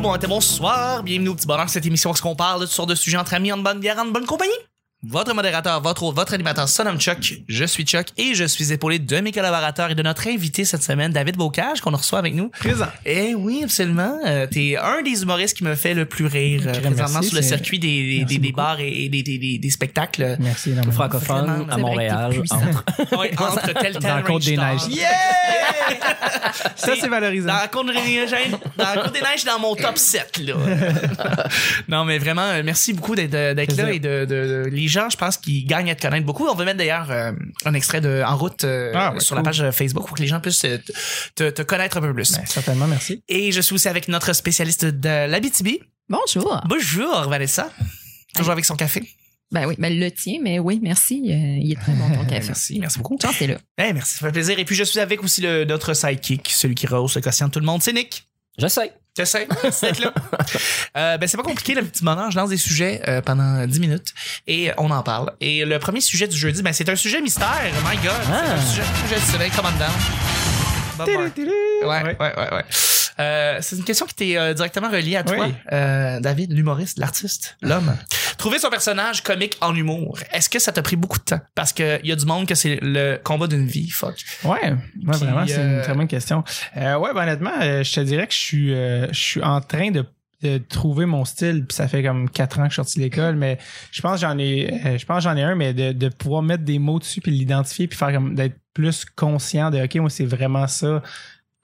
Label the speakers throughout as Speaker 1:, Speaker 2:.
Speaker 1: bon été, bonsoir, bienvenue au petit bonheur. Cette émission, où est-ce qu'on parle de toutes sortes de sujets entre amis, en bonne bière, en bonne compagnie? Votre modérateur, votre hôte, votre animateur, son nom Chuck. Je suis Chuck et je suis épaulé de mes collaborateurs et de notre invité cette semaine, David Bocage, qu'on reçoit avec nous.
Speaker 2: Présent.
Speaker 1: Eh oui, absolument. Euh, T'es un des humoristes qui me fait le plus rire euh,
Speaker 3: Ok,
Speaker 1: présentement
Speaker 3: merci,
Speaker 1: sur le
Speaker 3: c'est-
Speaker 1: circuit des, des,
Speaker 3: merci
Speaker 1: des
Speaker 3: beaucoup.
Speaker 1: bars et, et des, des, des, des spectacles.
Speaker 3: Merci énormément.
Speaker 1: Vraiment,
Speaker 3: francophone
Speaker 1: c'est
Speaker 3: à
Speaker 1: vrai
Speaker 3: Montréal.
Speaker 4: que t'es puissant.
Speaker 3: entre-
Speaker 1: Ouais, entre tel tel
Speaker 3: Dans la Côte des
Speaker 1: range star.
Speaker 3: Neiges.
Speaker 2: Yeah! Ça, c'est
Speaker 1: Dans
Speaker 2: valorisant.
Speaker 1: la Côte des Neiges, dans la Côte des Neiges, je suis dans mon top 7, là. non, mais vraiment, euh, merci beaucoup d'être, d'être là
Speaker 3: Plaisir.
Speaker 1: et de, de- de- les gens, je pense, qui gagnent à te connaître beaucoup. On va mettre d'ailleurs euh, un extrait de En route euh,
Speaker 2: Ah, ouais,
Speaker 1: sur la page Facebook pour que les gens puissent euh, te, te- te connaître un peu plus.
Speaker 3: Ben, certainement, merci.
Speaker 1: Et je suis aussi avec notre spécialiste de l'Abitibi.
Speaker 4: Bonjour.
Speaker 1: Bonjour, Vanessa. Toujours avec son café.
Speaker 4: Ben oui, ben le tien, mais oui, merci. euh, il est très bon ton café.
Speaker 1: Merci, merci beaucoup.
Speaker 4: Chance, t'es là.
Speaker 1: Eh, merci, ça fait plaisir. Et puis, je suis avec aussi le, notre sidekick, celui qui rehausse le quotient de tout le monde, c'est Nick.
Speaker 3: J'essaie.
Speaker 1: J'essaie. Merci d'être là. Euh, ben, c'est pas compliqué, le petit moment. Je lance des sujets euh, pendant 10 minutes et on en parle. Et le premier sujet du jeudi, ben, c'est un sujet mystère. Oh My God. C'est un sujet, sujet du semaine. Come on down. Bob Marley. Ouais, ouais, ouais, ouais. Euh, c'est une question qui t'est euh, directement reliée à toi,
Speaker 2: Oui.
Speaker 1: euh, David, l'humoriste, l'artiste, l'homme. Trouver son personnage comique en humour, est-ce que ça t'a pris beaucoup de temps? Parce qu'il y a du monde que c'est le combat d'une vie, fuck.
Speaker 2: Ouais, moi
Speaker 1: Puis,
Speaker 2: vraiment, c'est une
Speaker 1: euh,
Speaker 2: très bonne question. Euh, ouais, ben, honnêtement, euh, je te dirais que je suis, euh, je suis en train de, de trouver mon style. Puis ça fait comme quatre ans que je suis sorti de l'école, mais je pense que j'en ai, euh, je pense que j'en ai un, mais de, de pouvoir mettre des mots dessus puis l'identifier puis faire comme d'être plus conscient de ok, moi c'est vraiment ça.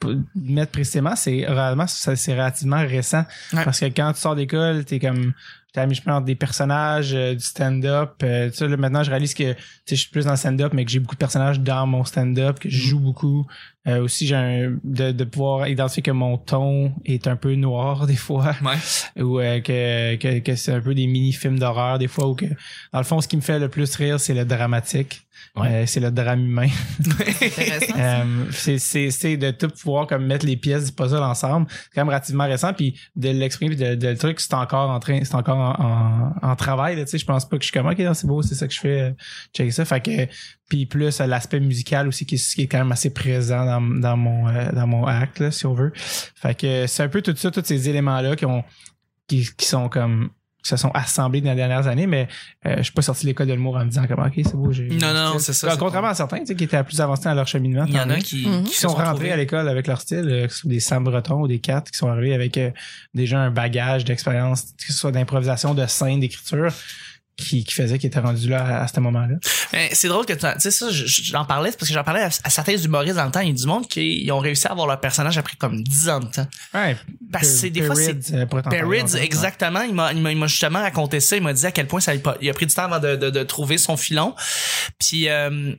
Speaker 2: P- Mettre précisément, c'est réellement, ça, c'est relativement récent
Speaker 1: Ouais.
Speaker 2: parce que quand tu sors d'école, t'es comme J'étais à mi-chemin entre des personnages, euh, du stand-up. euh, tu sais, là, maintenant, je réalise que tu sais, je suis plus dans le stand-up, mais que j'ai beaucoup de personnages dans mon stand-up, que je joue beaucoup. Euh, aussi, j'ai un, de, de pouvoir identifier que mon ton est un peu noir des fois,
Speaker 1: Ouais.
Speaker 2: ou euh, que, que, que c'est un peu des mini-films d'horreur des fois, ou que, dans le fond, ce qui me fait le plus rire, c'est le dramatique.
Speaker 3: Ouais.
Speaker 2: Euh, c'est le drame humain.
Speaker 4: Intéressant.
Speaker 2: Euh, c'est- c'est c'est de tout pouvoir comme mettre les pièces du puzzle ensemble c'est quand même relativement récent puis de l'exprimer puis de, de le truc c'est encore en train c'est encore en, en, en travail là, tu sais je pense pas que je suis comme ok non, c'est beau c'est ça que je fais euh, check ça fait que puis plus euh, l'aspect musical aussi qui, est- qui est quand même assez présent dans, dans mon euh, dans mon acte là, si on veut fait que c'est un peu tout ça tous ces éléments là qui ont qui, qui sont comme qui se sont assemblés dans les dernières années, mais euh, je suis pas sorti de l'école de l'humour en me disant comme OK, c'est beau, j'ai.
Speaker 1: Non, non, c'est ça,
Speaker 2: Con-
Speaker 1: c'est
Speaker 2: Contrairement à certains tu sais, qui étaient plus avancés dans leur cheminement.
Speaker 1: Il y
Speaker 2: tant
Speaker 1: en a
Speaker 2: mieux
Speaker 1: qui,
Speaker 4: Mhm.
Speaker 1: qui
Speaker 2: qui
Speaker 1: se
Speaker 2: sont rentrés
Speaker 1: retrouvés.
Speaker 2: à l'école avec leur style, euh, que ce soit des Sam Breton ou des Cats, qui sont arrivés avec euh, déjà un bagage d'expérience, que ce soit d'improvisation, de scène, d'écriture, qui, qui faisait qu'ils étaient rendus là à, à ce moment-là.
Speaker 1: Ben, c'est drôle que tu tu sais ça je- je- j'en parlais c'est parce que j'en parlais à, à certains humoristes dans le temps il y a du monde qui ils ont réussi à avoir leur personnage après comme 10 ans de temps
Speaker 2: Ouais.
Speaker 1: parce que c'est des fois c'est
Speaker 2: euh,
Speaker 1: Perrids, exactement. Il m'a, il m'a- il m'a justement raconté ça. Il m'a dit à quel point ça, lui pa- il a pris du temps avant de, de- de trouver son filon. Puis euh,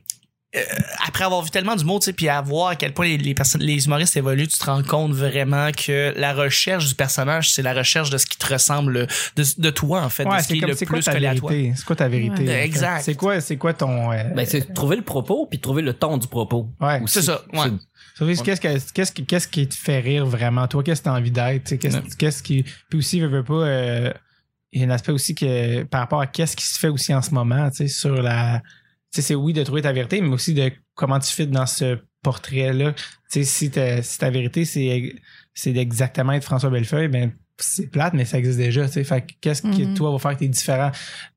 Speaker 1: euh, après avoir vu tellement du monde, tu sais, puis à voir à quel point les, les personnes, les humoristes évoluent, tu te rends compte vraiment que la recherche du personnage, c'est la recherche de ce qui te ressemble, de, de toi en fait,
Speaker 2: Ouais,
Speaker 1: de ce qui
Speaker 2: c'est
Speaker 1: est
Speaker 2: comme
Speaker 1: le
Speaker 2: c'est quoi
Speaker 1: plus
Speaker 2: ta
Speaker 1: collé à toi.
Speaker 2: vérité? C'est quoi ta vérité?
Speaker 1: Ouais.
Speaker 2: en fait?
Speaker 1: Exact.
Speaker 2: C'est quoi, c'est quoi ton. euh,
Speaker 3: Ben, c'est trouver le propos puis trouver le ton du propos.
Speaker 2: ouais.
Speaker 3: Aussi.
Speaker 1: C'est ça, ouais.
Speaker 3: C'est-
Speaker 2: Sauf que qu'est-ce que- qu'est-ce qui qu'est-ce qui te fait rire vraiment toi qu'est-ce que t'as envie d'être tu sais, qu'est-ce
Speaker 1: Ouais.
Speaker 2: qu'est-ce qui puis aussi je veux pas euh, il y a un aspect aussi que par rapport à qu'est-ce qui se fait aussi en ce moment tu sais sur la tu sais c'est oui de trouver ta vérité mais aussi de comment tu fites dans ce portrait là tu sais si, ta- si ta vérité c'est c'est exactement être François Bellefeuille ben c'est plate mais ça existe déjà tu sais fait que qu'est-ce
Speaker 4: Mhm.
Speaker 2: que toi va faire que t'es différent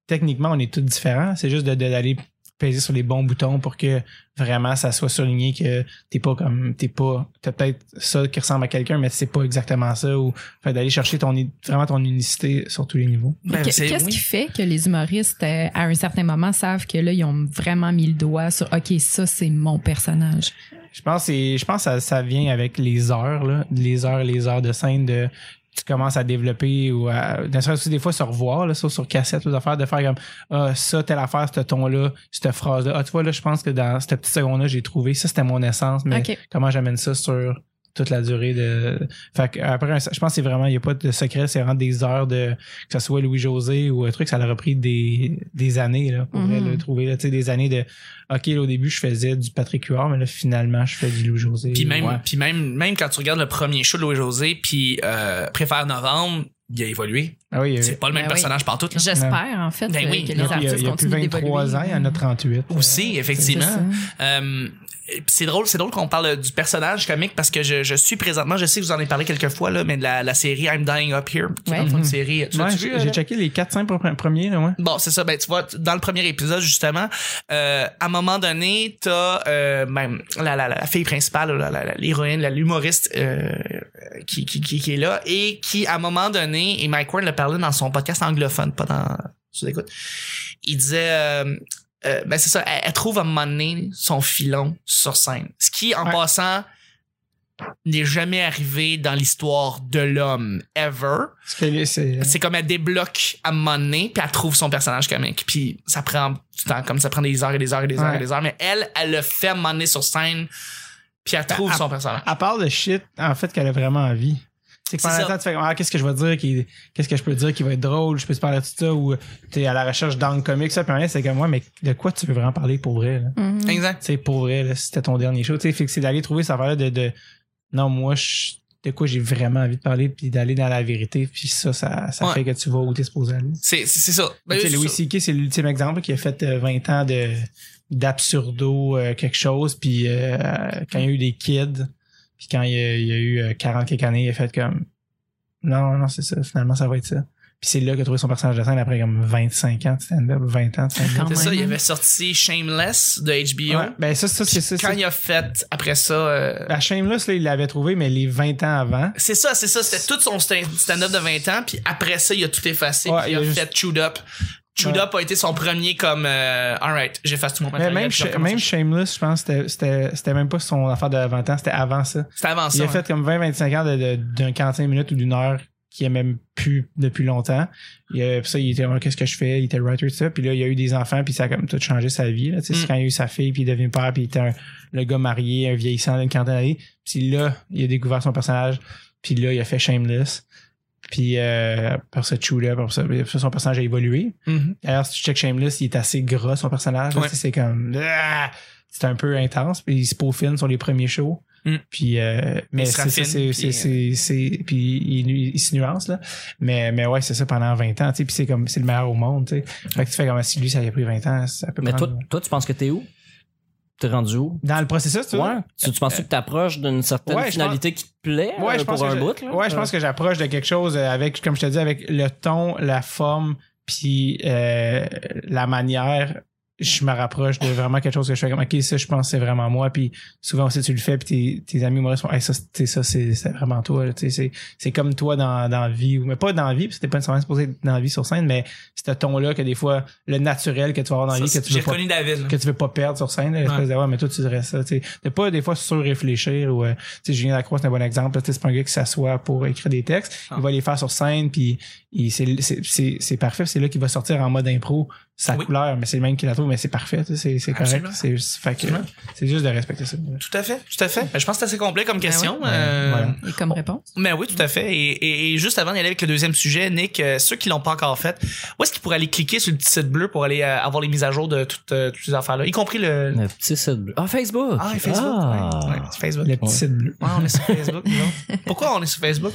Speaker 2: techniquement on est tous différents c'est juste de de- d'aller peser sur les bons boutons pour que vraiment ça soit souligné que t'es pas comme t'es pas t'as peut-être ça qui ressemble à quelqu'un mais c'est pas exactement ça ou fait d'aller chercher ton i- vraiment ton unicité sur tous les niveaux
Speaker 1: Ben,
Speaker 4: Qu-
Speaker 1: c'est-
Speaker 4: Qu'est-ce
Speaker 1: oui.
Speaker 4: qui fait que les humoristes, euh, à un certain moment, savent que là, ils ont vraiment mis le doigt sur OK, ça, c'est mon personnage.
Speaker 2: je pense que c'est je pense que ça, ça vient avec les heures là les heures les heures de scène de tu commences à développer ou à ne serait-ce que des fois se revoir là, sur, sur cassette ou des affaires de faire comme ah ça telle affaire ce ton là cette phrase là ah tu vois là je pense que dans cette petite seconde là j'ai trouvé ça c'était mon essence mais
Speaker 4: OK.
Speaker 2: comment j'amène ça sur toute la durée de fait que après un- je pense que c'est vraiment il n'y a pas de secret c'est vraiment des heures de que ce soit Louis José ou un truc ça leur a pris des, des années là pour vrai,
Speaker 4: Mhm.
Speaker 2: le trouver là, tu sais, des années de ok là, au début je faisais du Patrick Huard mais là finalement je fais du Louis José
Speaker 1: Puis même,
Speaker 2: Ouais.
Speaker 1: puis même, même quand tu regardes le premier show de Louis José, puis euh, préfère novembre, il a évolué.
Speaker 2: ah oui il y a-
Speaker 1: C'est pas le même
Speaker 4: Ben oui.
Speaker 1: personnage partout. là.
Speaker 4: J'espère, en fait,
Speaker 1: Ben
Speaker 4: euh,
Speaker 1: oui,
Speaker 4: que
Speaker 1: il
Speaker 4: les
Speaker 1: y a-
Speaker 2: il y a,
Speaker 4: artistes hein.
Speaker 2: il y a plus
Speaker 4: continuent d'évoluer.
Speaker 2: 23 ans il y en a 38
Speaker 1: Aussi,
Speaker 4: C'est
Speaker 1: effectivement.
Speaker 4: ça.
Speaker 1: Euh, Puis c'est drôle, c'est drôle qu'on parle du personnage comique parce que je, je suis présentement, je sais que vous en avez parlé quelques fois, là, mais de la, la série I'm Dying Up Here, qui est
Speaker 4: Ouais.
Speaker 1: dans le fond une série. Tu
Speaker 2: Ouais,
Speaker 1: l'as-tu vu,
Speaker 2: j'ai
Speaker 1: Adam?
Speaker 2: j'ai checké les 4-5 pre- premiers, là, ouais.
Speaker 1: Bon, c'est ça. Ben, tu vois, t- dans le premier épisode, justement, euh, à un moment donné, t'as euh, même la, la, la fille principale, la- la- la- l'héroïne, la- l'humoriste euh, qui, qui, qui, qui est là et qui, à un moment donné, et Mike Ward le parlait dans son podcast anglophone, pas dans... Tu l'écoutes? Il disait... euh, euh, ben c'est ça, elle, elle trouve à un moment donné son filon sur scène. Ce qui, en
Speaker 2: Ouais.
Speaker 1: passant, n'est jamais arrivé dans l'histoire de l'homme, ever.
Speaker 2: Parce que les- c'est-
Speaker 1: C'est comme elle débloque à un moment donné, puis elle trouve son personnage comique. Puis ça prend du temps, comme ça prend des heures et des heures et des heures
Speaker 2: Ouais.
Speaker 1: et des heures. Mais elle, elle le fait à un moment donné sur scène, puis Ben, elle trouve
Speaker 2: à-
Speaker 1: son personnage.
Speaker 2: À part le shit, en fait, qu'elle a vraiment envie. C'est que
Speaker 1: C'est
Speaker 2: pendant
Speaker 1: ça.
Speaker 2: le temps, tu fais comme, ah, qu'est-ce que je vais dire, qui- qu'est-ce que je peux dire qui va être drôle, je peux te parler de ça, ou t'es à la recherche d'angle comique, ça, puis rien, c'est comme, ouais, mais de quoi tu veux vraiment parler pour vrai, là?
Speaker 4: Mhm.
Speaker 1: Exact.
Speaker 2: Tu sais, pour vrai, là, si c'était ton dernier show, tu sais, fait que c'est d'aller trouver cette affaire-là de, de, non, moi, je- de quoi j'ai vraiment envie de parler, puis d'aller dans la vérité, puis ça, ça, ça
Speaker 1: Ouais.
Speaker 2: fait que tu vas où t'es supposé aller.
Speaker 1: C'est c'est- c'est ça. Ben,
Speaker 2: Tu sais,
Speaker 1: c'est
Speaker 2: Louis
Speaker 1: ça.
Speaker 2: C.K., c'est l'ultime exemple qui a fait euh, 20 ans de d'absurdo euh, quelque chose, puis euh, quand il y a eu des kids, puis quand il y a, il y a eu euh, 40 quelques années, il a fait comme non, non, c'est ça, finalement, ça va être ça. Puis c'est là qu'il a trouvé son personnage de scène après comme 25 ans de stand-up, 20 ans de stand-up.
Speaker 4: Quand
Speaker 1: C'est ça,
Speaker 4: même.
Speaker 1: il avait sorti Shameless de HBO.
Speaker 2: hein. Ouais, ben ça, ça, c'est ça. Ben.
Speaker 1: Quand
Speaker 2: c'est-
Speaker 1: il a fait, après ça... euh,
Speaker 2: La Shameless, là, il l'avait trouvé, mais les 20 ans avant.
Speaker 1: c'est ça, c'est ça. C'était tout son sta- stand-up de 20 ans, puis après ça, il a tout effacé,
Speaker 2: Ouais,
Speaker 1: puis
Speaker 2: il
Speaker 1: il a
Speaker 2: a juste-
Speaker 1: fait Chewed Up. Chewed
Speaker 2: Ouais.
Speaker 1: Up a été son premier comme... Euh, All right, j'efface tout mon
Speaker 2: Mais
Speaker 1: matériel.
Speaker 2: même,
Speaker 1: puis je
Speaker 2: Sh-
Speaker 1: recommence.
Speaker 2: même Shameless, je pense, c'était- c'était c'était même pas son affaire de 20 ans, c'était avant ça.
Speaker 1: C'était avant ça. hein.
Speaker 2: Il a
Speaker 1: ouais.
Speaker 2: fait comme 20-25 ans de- de- d'un 45 minutes ou d'une heure qu'il a même plus depuis longtemps. Il a, puis ça, il était Ah, qu'est-ce que je fais? Il était writer, tout ça. Puis là, il a eu des enfants, puis ça a comme tout changé sa vie. Là, Tu sais,
Speaker 1: Mm.
Speaker 2: C'est quand il a eu sa fille, puis il devient père, puis il était un- le gars marié, un vieillissant d'une quarantaine d'années. Puis là, il a découvert son personnage, puis là, il a fait Shameless. Puis euh, par ça, Chewed Up, par ça, puis après ça, son personnage a évolué.
Speaker 1: Mhm.
Speaker 2: D'ailleurs, si tu check Shameless, il est assez gras, son personnage. là,
Speaker 1: Ouais.
Speaker 2: tu sais, C'est comme. ah! c'est un peu intense. Puis il se peaufine sur les premiers shows.
Speaker 1: Mm.
Speaker 2: Puis, euh, mais
Speaker 1: Il se
Speaker 2: c'est
Speaker 1: raffine,
Speaker 2: ça, c'est.
Speaker 1: puis, euh,
Speaker 2: c'est- c'est- c'est- Puis il, il se nuance, là. Mais, mais ouais, c'est ça pendant 20 ans. tu sais, Puis c'est comme. C'est le meilleur au monde, tu sais. Fait que tu fais comme si lui, ça lui a pris 20 ans. Ça peut
Speaker 3: Mais toi,
Speaker 2: prendre-
Speaker 3: toi, tu penses que t'es où? T'es rendu où?
Speaker 2: Dans le processus, tu vois.
Speaker 3: Ouais. Tu, tu penses que t'approches d'une certaine
Speaker 2: ouais, je
Speaker 3: finalité qui te plaît
Speaker 2: Ouais,
Speaker 3: euh,
Speaker 2: je pense
Speaker 3: pour
Speaker 2: que
Speaker 3: un
Speaker 2: je-
Speaker 3: bout? là?
Speaker 2: Ouais, je pense que j'approche de quelque chose euh, avec, comme je te dis, avec le ton, la forme, puis euh, la manière. Je me rapproche de vraiment quelque chose que je fais comme, OK, ça, je pense que c'est vraiment moi. Puis souvent aussi, tu le fais, puis tes, tes amis humoristes font, hey, ça, c'est- ça c'est c'est vraiment toi. là. Tu sais, C'est c'est comme toi dans, dans la vie, ou, mais pas dans la vie, puis c'était pas nécessairement supposé être dans la vie sur scène, mais c'est ce ton-là que des fois, le naturel que tu vas avoir dans la vie,
Speaker 1: Ça,
Speaker 2: que tu
Speaker 1: J'ai
Speaker 2: veux pas
Speaker 1: reconnu David. là.
Speaker 2: que tu veux pas perdre sur scène, là, l'espèce de ouais, mais toi tu dirais ça, tu sais, de pas des fois surréfléchir ou euh, tu sais Julien Lacroix c'est un bon exemple, là, tu sais, c'est pas un gars qui s'assoit pour écrire des textes,
Speaker 1: Ah.
Speaker 2: il va les faire sur scène puis il- c'est- c'est c'est- c'est parfait, c'est là qu'il va sortir en mode impro sa
Speaker 1: Oui.
Speaker 2: couleur, mais c'est le même qui la trouve, mais c'est parfait, tu sais, c'est c'est correct,
Speaker 1: Absolument.
Speaker 2: c'est fait que,
Speaker 1: Absolument.
Speaker 2: c'est juste de respecter ça.
Speaker 1: Tout à fait, tout à fait. Ben, je pense que c'est assez complet comme question.
Speaker 2: ouais.
Speaker 1: euh,
Speaker 2: Voilà.
Speaker 4: Et comme réponse?
Speaker 1: Mais oui, tout à fait. Et, et- et juste avant d'aller avec le deuxième sujet, Nick, euh, ceux qui l'ont pas encore fait, où est-ce qu'ils pourraient aller cliquer sur le petit site bleu pour aller euh, avoir les mises à jour de toutes, euh, toutes ces affaires-là, y compris le...
Speaker 3: Euh, Le petit site bleu. Ah, Facebook!
Speaker 1: Ah, et Facebook.
Speaker 3: Ah.
Speaker 1: Ouais, ouais, c'est Facebook.
Speaker 2: Le petit site bleu.
Speaker 1: Ouais, on est sur Facebook. nous autres. Pourquoi on est sur Facebook?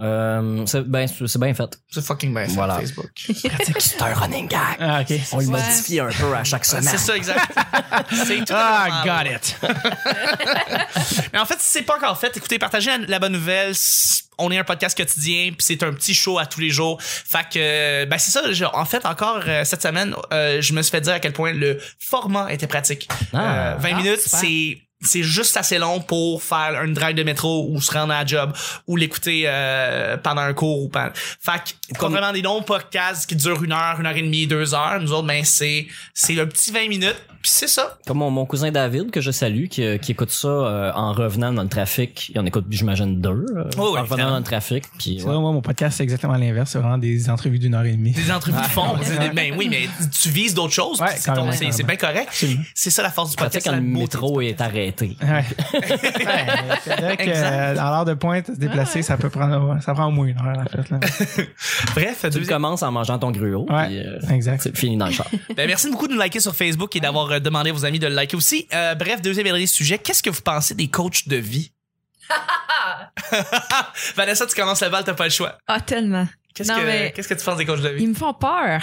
Speaker 3: Euh, c'est bien c'est bien fait.
Speaker 1: C'est fucking bien fait,
Speaker 3: Voilà.
Speaker 1: Facebook.
Speaker 3: C'est un running gag.
Speaker 2: Ah OK.
Speaker 3: On le
Speaker 4: Ouais.
Speaker 3: modifie un peu à chaque semaine.
Speaker 1: C'est ça, exact. c'est tout
Speaker 2: Ah,
Speaker 1: à fait
Speaker 2: got it.
Speaker 1: Mais en fait, si c'est pas encore fait, écoutez, partagez la- la bonne nouvelle. S- On est un podcast quotidien, puis c'est un petit show à tous les jours. Fait que, euh, ben c'est ça. je- en fait, encore euh, cette semaine, euh, je me suis fait dire à quel point le format était pratique.
Speaker 3: Ah.
Speaker 1: Euh, 20
Speaker 4: Ah,
Speaker 1: minutes,
Speaker 4: super.
Speaker 1: c'est c'est juste assez long pour faire une drive de métro ou se rendre à la job ou l'écouter euh, pendant un cours ou pendant... Fait que,
Speaker 3: Comme-
Speaker 1: contrairement à des longs podcasts qui durent une heure, une heure et demie, deux heures, nous autres, ben c'est c'est un petit 20 minutes, puis c'est ça.
Speaker 3: Comme mon, mon cousin David, que je salue, qui, euh, qui écoute ça euh, en revenant dans le trafic. Il en écoute, j'imagine, deux. euh,
Speaker 1: Oui, oui,
Speaker 3: en revenant
Speaker 1: évidemment.
Speaker 3: dans le trafic. Puis,
Speaker 2: Tu
Speaker 3: ouais.
Speaker 2: vois, moi mon podcast c'est exactement l'inverse, c'est vraiment des entrevues d'une heure et demie.
Speaker 1: des entrevues de fond.
Speaker 2: ouais.
Speaker 1: C'est des- Ben oui, mais tu vises d'autres choses.
Speaker 2: Ouais,
Speaker 1: puis c'est
Speaker 2: quand
Speaker 1: ton-
Speaker 2: même,
Speaker 1: c'est
Speaker 2: quand
Speaker 1: c'est bien
Speaker 2: même.
Speaker 1: correct.
Speaker 2: Absolument.
Speaker 1: C'est ça la force du
Speaker 3: pratique
Speaker 1: podcast.
Speaker 3: quand
Speaker 1: c'est
Speaker 3: le
Speaker 1: la beauté
Speaker 3: métro est arrêté.
Speaker 2: Ouais. Ouais, c'est vrai que,
Speaker 1: Exact. Ah,
Speaker 2: euh, à l'heure de pointe, se déplacer, ça peut prendre, ça prend au moins une heure, en fait. là.
Speaker 1: du- Bref,
Speaker 3: Tu
Speaker 1: deuxième-
Speaker 3: commences en mangeant ton gruau.
Speaker 2: Ouais.
Speaker 3: puis, euh,
Speaker 2: Exact.
Speaker 3: c'est fini dans le char.
Speaker 1: Ben, merci beaucoup de nous liker sur Facebook et d'avoir euh, demandé à vos amis de le liker aussi. Euh, bref, deuxième et dernier sujet, qu'est-ce que vous pensez des coachs de vie? Vanessa, tu commences la balle, t'as pas le choix.
Speaker 4: Ah, tellement.
Speaker 1: Qu'est-ce
Speaker 4: Non,
Speaker 1: que,
Speaker 4: mais-
Speaker 1: qu'est-ce que tu penses des coachs de vie?
Speaker 4: Ils me font peur.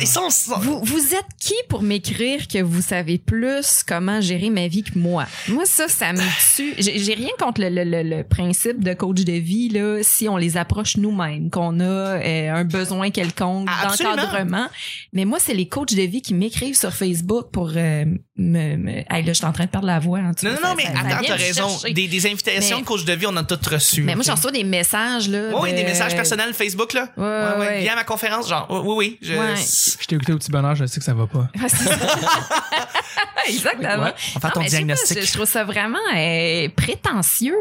Speaker 1: Ils sont. sont-
Speaker 4: Vous, vous êtes qui pour m'écrire que vous savez plus comment gérer ma vie que moi? Moi, ça, ça me tue. J'ai j'ai rien contre le, le- le- le principe de coach de vie, là, si on les approche nous-mêmes, qu'on a euh, un besoin quelconque
Speaker 1: Ah, absolument.
Speaker 4: d'encadrement. Mais moi, c'est les coachs de vie qui m'écrivent sur Facebook pour euh, me, me- Hey, là, je suis en train de perdre la voix. hein, tu
Speaker 1: Non, non,
Speaker 4: vois,
Speaker 1: non,
Speaker 4: ça-
Speaker 1: mais
Speaker 4: ça- ça
Speaker 1: attends,
Speaker 4: vient
Speaker 1: t'as
Speaker 4: me
Speaker 1: raison.
Speaker 4: chercher.
Speaker 1: Des, des invitations
Speaker 4: Mais-
Speaker 1: de coachs de vie, on en a toutes reçues.
Speaker 4: Mais moi, j'en
Speaker 1: ok?
Speaker 4: reçois des messages, là.
Speaker 1: Oui, oui, des
Speaker 4: de-
Speaker 1: messages personnels Facebook, là.
Speaker 4: Ouais,
Speaker 1: Ouais, ouais.
Speaker 4: ouais.
Speaker 1: Viens à ma conférence, genre, oui, oui, oui, je-
Speaker 4: Ouais.
Speaker 2: Je t'ai écouté au petit bonheur, je sais que ça va pas.
Speaker 4: Ah, c'est ça. Exactement.
Speaker 2: Ouais.
Speaker 1: On va faire
Speaker 4: Non,
Speaker 1: ton
Speaker 4: mais je sais pas,
Speaker 1: diagnostic.
Speaker 4: je, je trouve ça vraiment euh, prétentieux.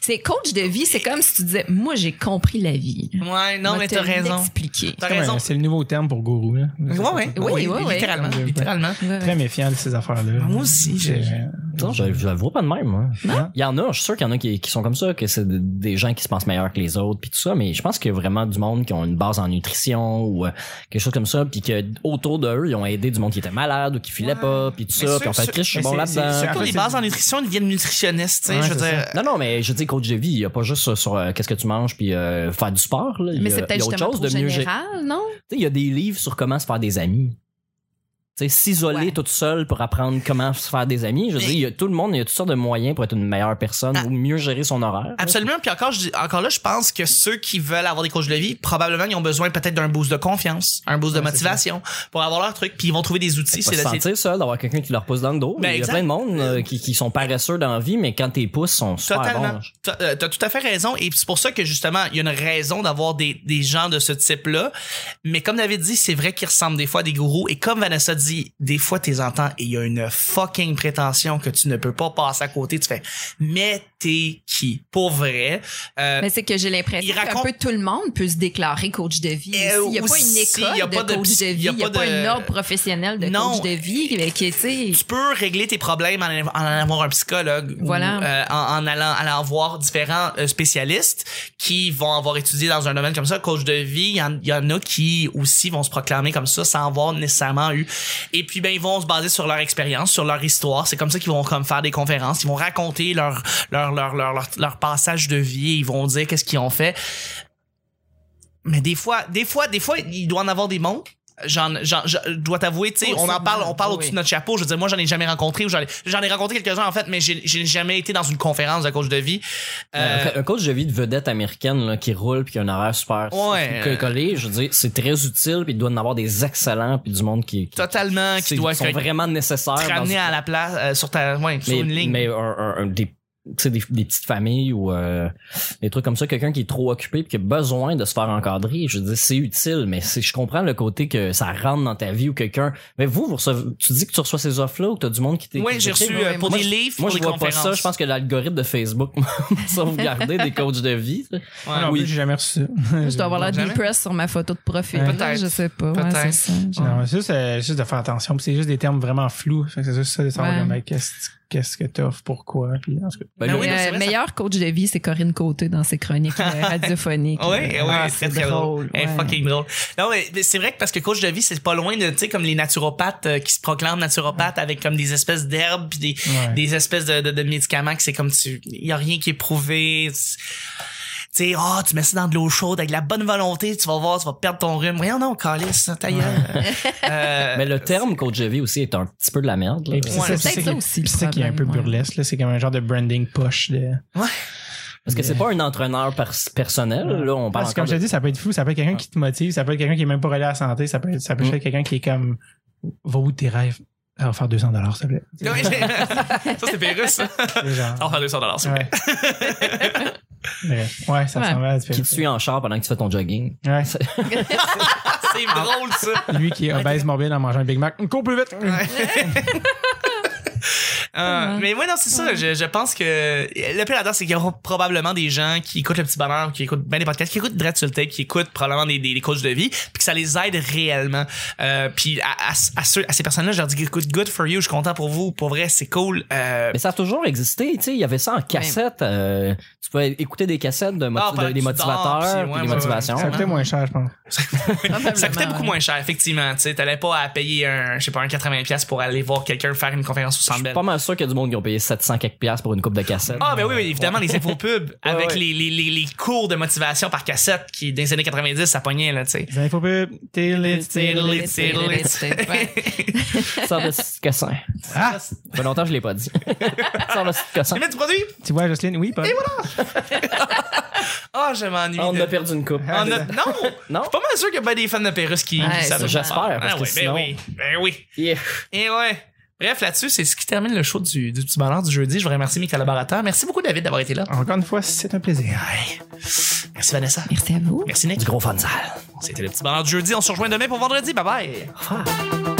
Speaker 4: C'est coach de vie, c'est comme si tu disais, moi j'ai compris la vie.
Speaker 1: Ouais, non,
Speaker 4: Va
Speaker 1: mais
Speaker 4: te
Speaker 1: t'as raison.
Speaker 4: l'expliquer.
Speaker 1: T'as
Speaker 2: Comme,
Speaker 1: raison.
Speaker 2: euh, C'est le nouveau terme pour gourou. Là.
Speaker 1: Ouais, ouais,
Speaker 4: Oui,
Speaker 1: oui,
Speaker 4: oui, oui.
Speaker 1: littéralement,
Speaker 2: Ouais.
Speaker 1: littéralement.
Speaker 4: Ouais.
Speaker 2: Très méfiant de ces affaires-là.
Speaker 1: Ah, Moi aussi,
Speaker 2: C'est,
Speaker 1: je-
Speaker 2: euh,
Speaker 3: Non, je, je la vois pas de même, moi. Hein?
Speaker 2: Non?
Speaker 3: Il y en a, je suis sûr qu'il y en a qui, qui sont comme ça, que c'est de- des gens qui se pensent meilleurs que les autres, puis tout ça, mais je pense qu'il y a vraiment du monde qui ont une base en nutrition ou euh, quelque chose comme ça, puis que autour d'eux, ils ont aidé du monde qui était malade ou qui filait
Speaker 1: Ouais.
Speaker 3: pas, puis tout
Speaker 1: Mais
Speaker 3: ça,
Speaker 1: sûr,
Speaker 3: puis en fait,
Speaker 1: sûr.
Speaker 3: Chris, je suis
Speaker 2: Mais
Speaker 3: bon
Speaker 2: c'est- c'est- c'est-
Speaker 3: là-dedans.
Speaker 1: Surtout les
Speaker 2: c'est-
Speaker 1: bases en nutrition, ils deviennent nutritionnistes, tu sais,
Speaker 2: Ouais,
Speaker 1: je veux
Speaker 2: c'est
Speaker 1: dire.
Speaker 3: Non, non, mais je dis coach de vie, il n'y a pas juste ça sur euh, qu'est-ce que tu manges puis euh, faire du sport. Là. Il y
Speaker 4: Mais
Speaker 3: a-
Speaker 4: c'est
Speaker 3: il y
Speaker 4: peut-être
Speaker 3: a autre
Speaker 4: justement
Speaker 3: chose
Speaker 4: trop
Speaker 3: de mieux. gé-
Speaker 4: général, non?
Speaker 1: Euh,
Speaker 3: Tu sais, il y a des livres sur comment se faire des amis. Tu sais, s'isoler
Speaker 4: Ouais.
Speaker 3: toute seule pour apprendre comment se faire des amis. Je veux
Speaker 1: Mais-
Speaker 3: dire, il y a tout le monde, il y a toutes sortes de moyens pour être une meilleure personne
Speaker 1: Ah.
Speaker 3: ou mieux gérer son horaire. hein.
Speaker 1: Absolument. Puis encore, je dis- encore là, je pense que ceux qui veulent avoir des coachs de vie, probablement, ils ont besoin peut-être d'un boost de confiance, un boost de
Speaker 2: Ouais, c'est
Speaker 1: motivation pour avoir leur truc. Puis ils vont trouver des outils.
Speaker 3: Pas
Speaker 1: C'est c'est-
Speaker 3: se sentir seul, d'avoir quelqu'un qui leur pousse dans le dos.
Speaker 1: Ben,
Speaker 3: il y a
Speaker 1: exact.
Speaker 3: plein de monde euh, qui, qui sont paresseux dans la vie, mais quand t'es pousses, ils sont super
Speaker 1: Totalement.
Speaker 3: bons.
Speaker 1: T'as euh, t'as tout à fait raison. Et c'est pour ça que justement, il y a une raison d'avoir des, des gens de ce type-là. Mais comme David dit, c'est vrai qu'ils ressemblent des fois à des gourous. Et comme Vanessa dit, des fois, t'es entends et il y a une fucking prétention que tu ne peux pas passer à côté. Tu fais, mais t'es qui? Pour vrai. Euh,
Speaker 4: Mais c'est que j'ai l'impression
Speaker 1: Il
Speaker 4: qu'un
Speaker 1: raconte-
Speaker 4: peu tout le monde peut se déclarer coach de vie.
Speaker 1: Euh,
Speaker 4: aussi. Il n'y a
Speaker 1: aussi,
Speaker 4: pas une école
Speaker 1: il y a
Speaker 4: de
Speaker 1: pas de
Speaker 4: coach
Speaker 1: psy-
Speaker 4: de vie. Il n'y a, pas
Speaker 1: de-
Speaker 4: une norme professionnelle de
Speaker 1: Non.
Speaker 4: coach de vie euh, qui est, tu sais,
Speaker 1: tu peux régler tes problèmes en allant en allant voir un psychologue
Speaker 4: Voilà.
Speaker 1: ou euh, en, en allant, allant voir différents euh, spécialistes qui vont avoir étudié dans un domaine comme ça. Coach de vie, il y en- il y, en a qui aussi vont se proclamer comme ça sans avoir nécessairement eu. Et puis, ben, ils vont se baser sur leur expérience, sur leur histoire. C'est comme ça qu'ils vont comme faire des conférences. Ils vont raconter leur, leur, leur, leur, leur, leur passage de vie. et Ils vont dire qu'est-ce qu'ils ont fait. Mais des fois, des fois, des fois, il doit en avoir des mondes. J'en, j'en, je dois t'avouer, tu sais,
Speaker 4: Oh,
Speaker 1: on en
Speaker 4: sûrement,
Speaker 1: parle, on parle
Speaker 4: oui,
Speaker 1: au-dessus
Speaker 4: oui.
Speaker 1: de notre chapeau. Je veux dire, moi, j'en ai jamais rencontré ou j'en ai, j'en ai rencontré quelques-uns, en fait, mais j'ai, j'ai jamais été dans une conférence de coach de vie. Euh,
Speaker 3: Un- Un coach de vie de vedette américaine là, qui roule puis qui a un horaire super
Speaker 1: Ouais.
Speaker 3: super collé, je veux dire, c'est très utile puis il doit en avoir des excellents puis du monde qui, qui,
Speaker 1: totalement, qui
Speaker 3: c'est-
Speaker 1: doit
Speaker 3: qui sont
Speaker 1: être-
Speaker 3: vraiment nécessaires.
Speaker 1: te
Speaker 3: dans-
Speaker 1: ramener à la place, euh, sur ta, ouais, sur
Speaker 3: mais,
Speaker 1: une ligne.
Speaker 3: mais un- un- un- des, tu sais, des, des petites familles ou euh, des trucs comme ça, quelqu'un qui est trop occupé puis qui a besoin de se faire encadrer, je veux dire, c'est utile, mais c'est- je comprends le côté que ça rentre dans ta vie ou quelqu'un. Mais vous, vous recevez- tu dis que tu reçois ces offres-là ou que tu as du monde qui t'écrit.
Speaker 1: ouais, j'ai reçu
Speaker 4: Ouais,
Speaker 1: euh, pour
Speaker 3: moi,
Speaker 1: des
Speaker 3: je-
Speaker 1: livres,
Speaker 3: Moi,
Speaker 1: pour
Speaker 3: je
Speaker 1: des
Speaker 3: vois pas
Speaker 1: conférences.
Speaker 3: ça. Je pense que l'algorithme de Facebook m'a sauvegardé des coachs de vie. tu sais.
Speaker 1: Ouais.
Speaker 2: Ah non,
Speaker 3: Ah, oui.
Speaker 2: plus, j'ai jamais reçu ça.
Speaker 4: je dois avoir l'air
Speaker 1: Jamais.
Speaker 4: depressed sur ma photo de profil.
Speaker 1: Peut-être.
Speaker 4: là, Je sais pas. Ouais,
Speaker 1: Peut-être.
Speaker 4: c'est ça.
Speaker 2: Non, mais ça, c'est juste de faire attention. Puis c'est juste des termes vraiment flous. Fait que c'est juste ça de savoir
Speaker 4: Ouais.
Speaker 2: comme, ben, qu'est-ce qu'est-ce que t'offres, pourquoi. Puis, en tout cas,
Speaker 3: Ben,
Speaker 1: Ben
Speaker 3: le-
Speaker 1: oui,
Speaker 4: Le
Speaker 1: non, c'est vrai,
Speaker 4: Euh, meilleur coach de vie, c'est Corinne Côté dans ses chroniques euh, radiophoniques.
Speaker 1: Ouais,
Speaker 4: Euh,
Speaker 1: ouais,
Speaker 4: ah,
Speaker 1: c'est très drôle. Eh,
Speaker 4: ouais.
Speaker 1: fucking drôle. Non, mais mais c'est vrai que parce que coach de vie, c'est pas loin de, tu sais, comme les naturopathes euh, qui se proclament naturopathes avec comme des espèces d'herbes puis des,
Speaker 2: Ouais.
Speaker 1: des espèces de, de, de médicaments que c'est comme tu, y a rien qui est prouvé. Tu sais, ah, tu mets ça dans de l'eau chaude avec de la bonne volonté, tu vas voir, tu vas perdre ton rhume. Voyons non, calice, ta gueule. Euh,
Speaker 3: mais le terme coach de vie aussi est un petit peu de la merde. là.
Speaker 2: Et puis c'est
Speaker 1: Ouais,
Speaker 2: ça,
Speaker 1: c'est
Speaker 2: c'est ça
Speaker 4: peut-être ça
Speaker 2: qui-
Speaker 4: aussi,
Speaker 2: puis
Speaker 4: le
Speaker 2: c'est ça qui est un peu
Speaker 4: problème, ouais.
Speaker 2: burlesque. là. C'est comme un genre de branding poche. De...
Speaker 3: Parce que c'est pas un entraîneur par- personnel. Là, on parle
Speaker 2: Parce que
Speaker 3: encore
Speaker 2: comme je
Speaker 3: de-
Speaker 2: te dis, ça peut être fou. Ça peut être quelqu'un qui te motive. Ça peut être quelqu'un qui est même pas relié à la santé. Ça peut être, ça peut
Speaker 3: Mm.
Speaker 2: être quelqu'un qui est comme, va où tes rêves? Ah, faire 200 dollars, s'il te plaît.
Speaker 1: ouais, j'ai- ça, c'est Pérus, ça.
Speaker 2: C'est genre-
Speaker 1: On va faire 200 dollars, s'il vous
Speaker 2: ouais.
Speaker 1: plaît.
Speaker 2: Mais, ouais, ça
Speaker 4: Ouais.
Speaker 2: ressemble à la
Speaker 3: qui te suit en char pendant que tu fais ton jogging.
Speaker 2: Ouais.
Speaker 1: C'est drôle, ça.
Speaker 2: Lui qui est obèse morbide en mangeant un Big Mac. Cours plus vite!
Speaker 1: Euh,
Speaker 4: Ouais.
Speaker 1: mais ouais, non, c'est ça. Je, je pense que le pire là-dedans, c'est qu'il y aura probablement des gens qui écoutent le petit bonheur, qui écoutent bien des podcasts, qui écoutent Dread sur le Tape, qui écoutent probablement des, des, des coachs de vie, puis que ça les aide réellement. Euh, puis à, à, à ceux, à ces personnes-là, je leur dis écoute, good for you, je suis content pour vous. Pour vrai, c'est cool. Euh,
Speaker 3: Mais ça a toujours existé, tu sais, il y avait ça en cassette. euh, tu peux écouter des cassettes de moti-
Speaker 1: Ah, pendant
Speaker 3: de-
Speaker 1: que
Speaker 3: des
Speaker 1: tu dors, puis
Speaker 3: motivateurs,
Speaker 1: ouais,
Speaker 3: puis
Speaker 1: ouais,
Speaker 3: des
Speaker 1: ouais.
Speaker 3: motivations.
Speaker 2: Ça coûtait moins cher, je pense.
Speaker 1: ça coûtait beaucoup moins cher, effectivement. Tu sais, t'allais pas à payer un, je sais pas, un 80$ piastres pour aller voir quelqu'un faire une conférence au
Speaker 3: Je
Speaker 1: Centre
Speaker 3: suis
Speaker 1: Bell.
Speaker 3: pas mal sûr qu'il y a du monde qui ont payé 700 quelques piastres pour une coupe de cassette.
Speaker 1: Ah, ben oui, oui, évidemment, les infos pubs avec
Speaker 2: ouais.
Speaker 1: Les, les, les, les cours de motivation par cassette qui, dans les années 90, ça pognait, là, tu sais.
Speaker 2: Les infos pub. télé-
Speaker 1: Tiddly, tiddly,
Speaker 4: Ouais.
Speaker 3: Sors le petit cossin.
Speaker 2: Ah!
Speaker 3: Ça fait longtemps que je l'ai pas dit. Sors le petit cossin.
Speaker 1: Tu mets du produit?
Speaker 2: Tu vois, Jocelyne, oui, pas.
Speaker 1: Ah, je m'ennuie.
Speaker 3: Ah, on
Speaker 1: de-
Speaker 3: a perdu une coupe.
Speaker 1: On a- Non!
Speaker 3: Non?
Speaker 1: Je suis pas mal sûr qu'il y a bien des fans de Pérus qui
Speaker 4: Ouais,
Speaker 1: qui savent.
Speaker 4: ça,
Speaker 3: j'espère, parce
Speaker 1: Ah
Speaker 3: que
Speaker 1: ouais,
Speaker 3: sinon-
Speaker 1: Ben oui, ben oui.
Speaker 3: Yeah.
Speaker 1: Et ouais. Bref, là-dessus, c'est ce qui termine le show du, du petit bonheur du jeudi. Je voudrais remercier mes collaborateurs. Merci beaucoup, David, d'avoir été là.
Speaker 2: Encore une fois, c'est un plaisir.
Speaker 1: Ouais. Merci, Vanessa.
Speaker 4: Merci à vous.
Speaker 1: Merci, Nick.
Speaker 3: Du gros fan sale.
Speaker 1: C'était le petit bonheur du jeudi. On se rejoint demain pour vendredi. Bye bye.
Speaker 3: Au revoir.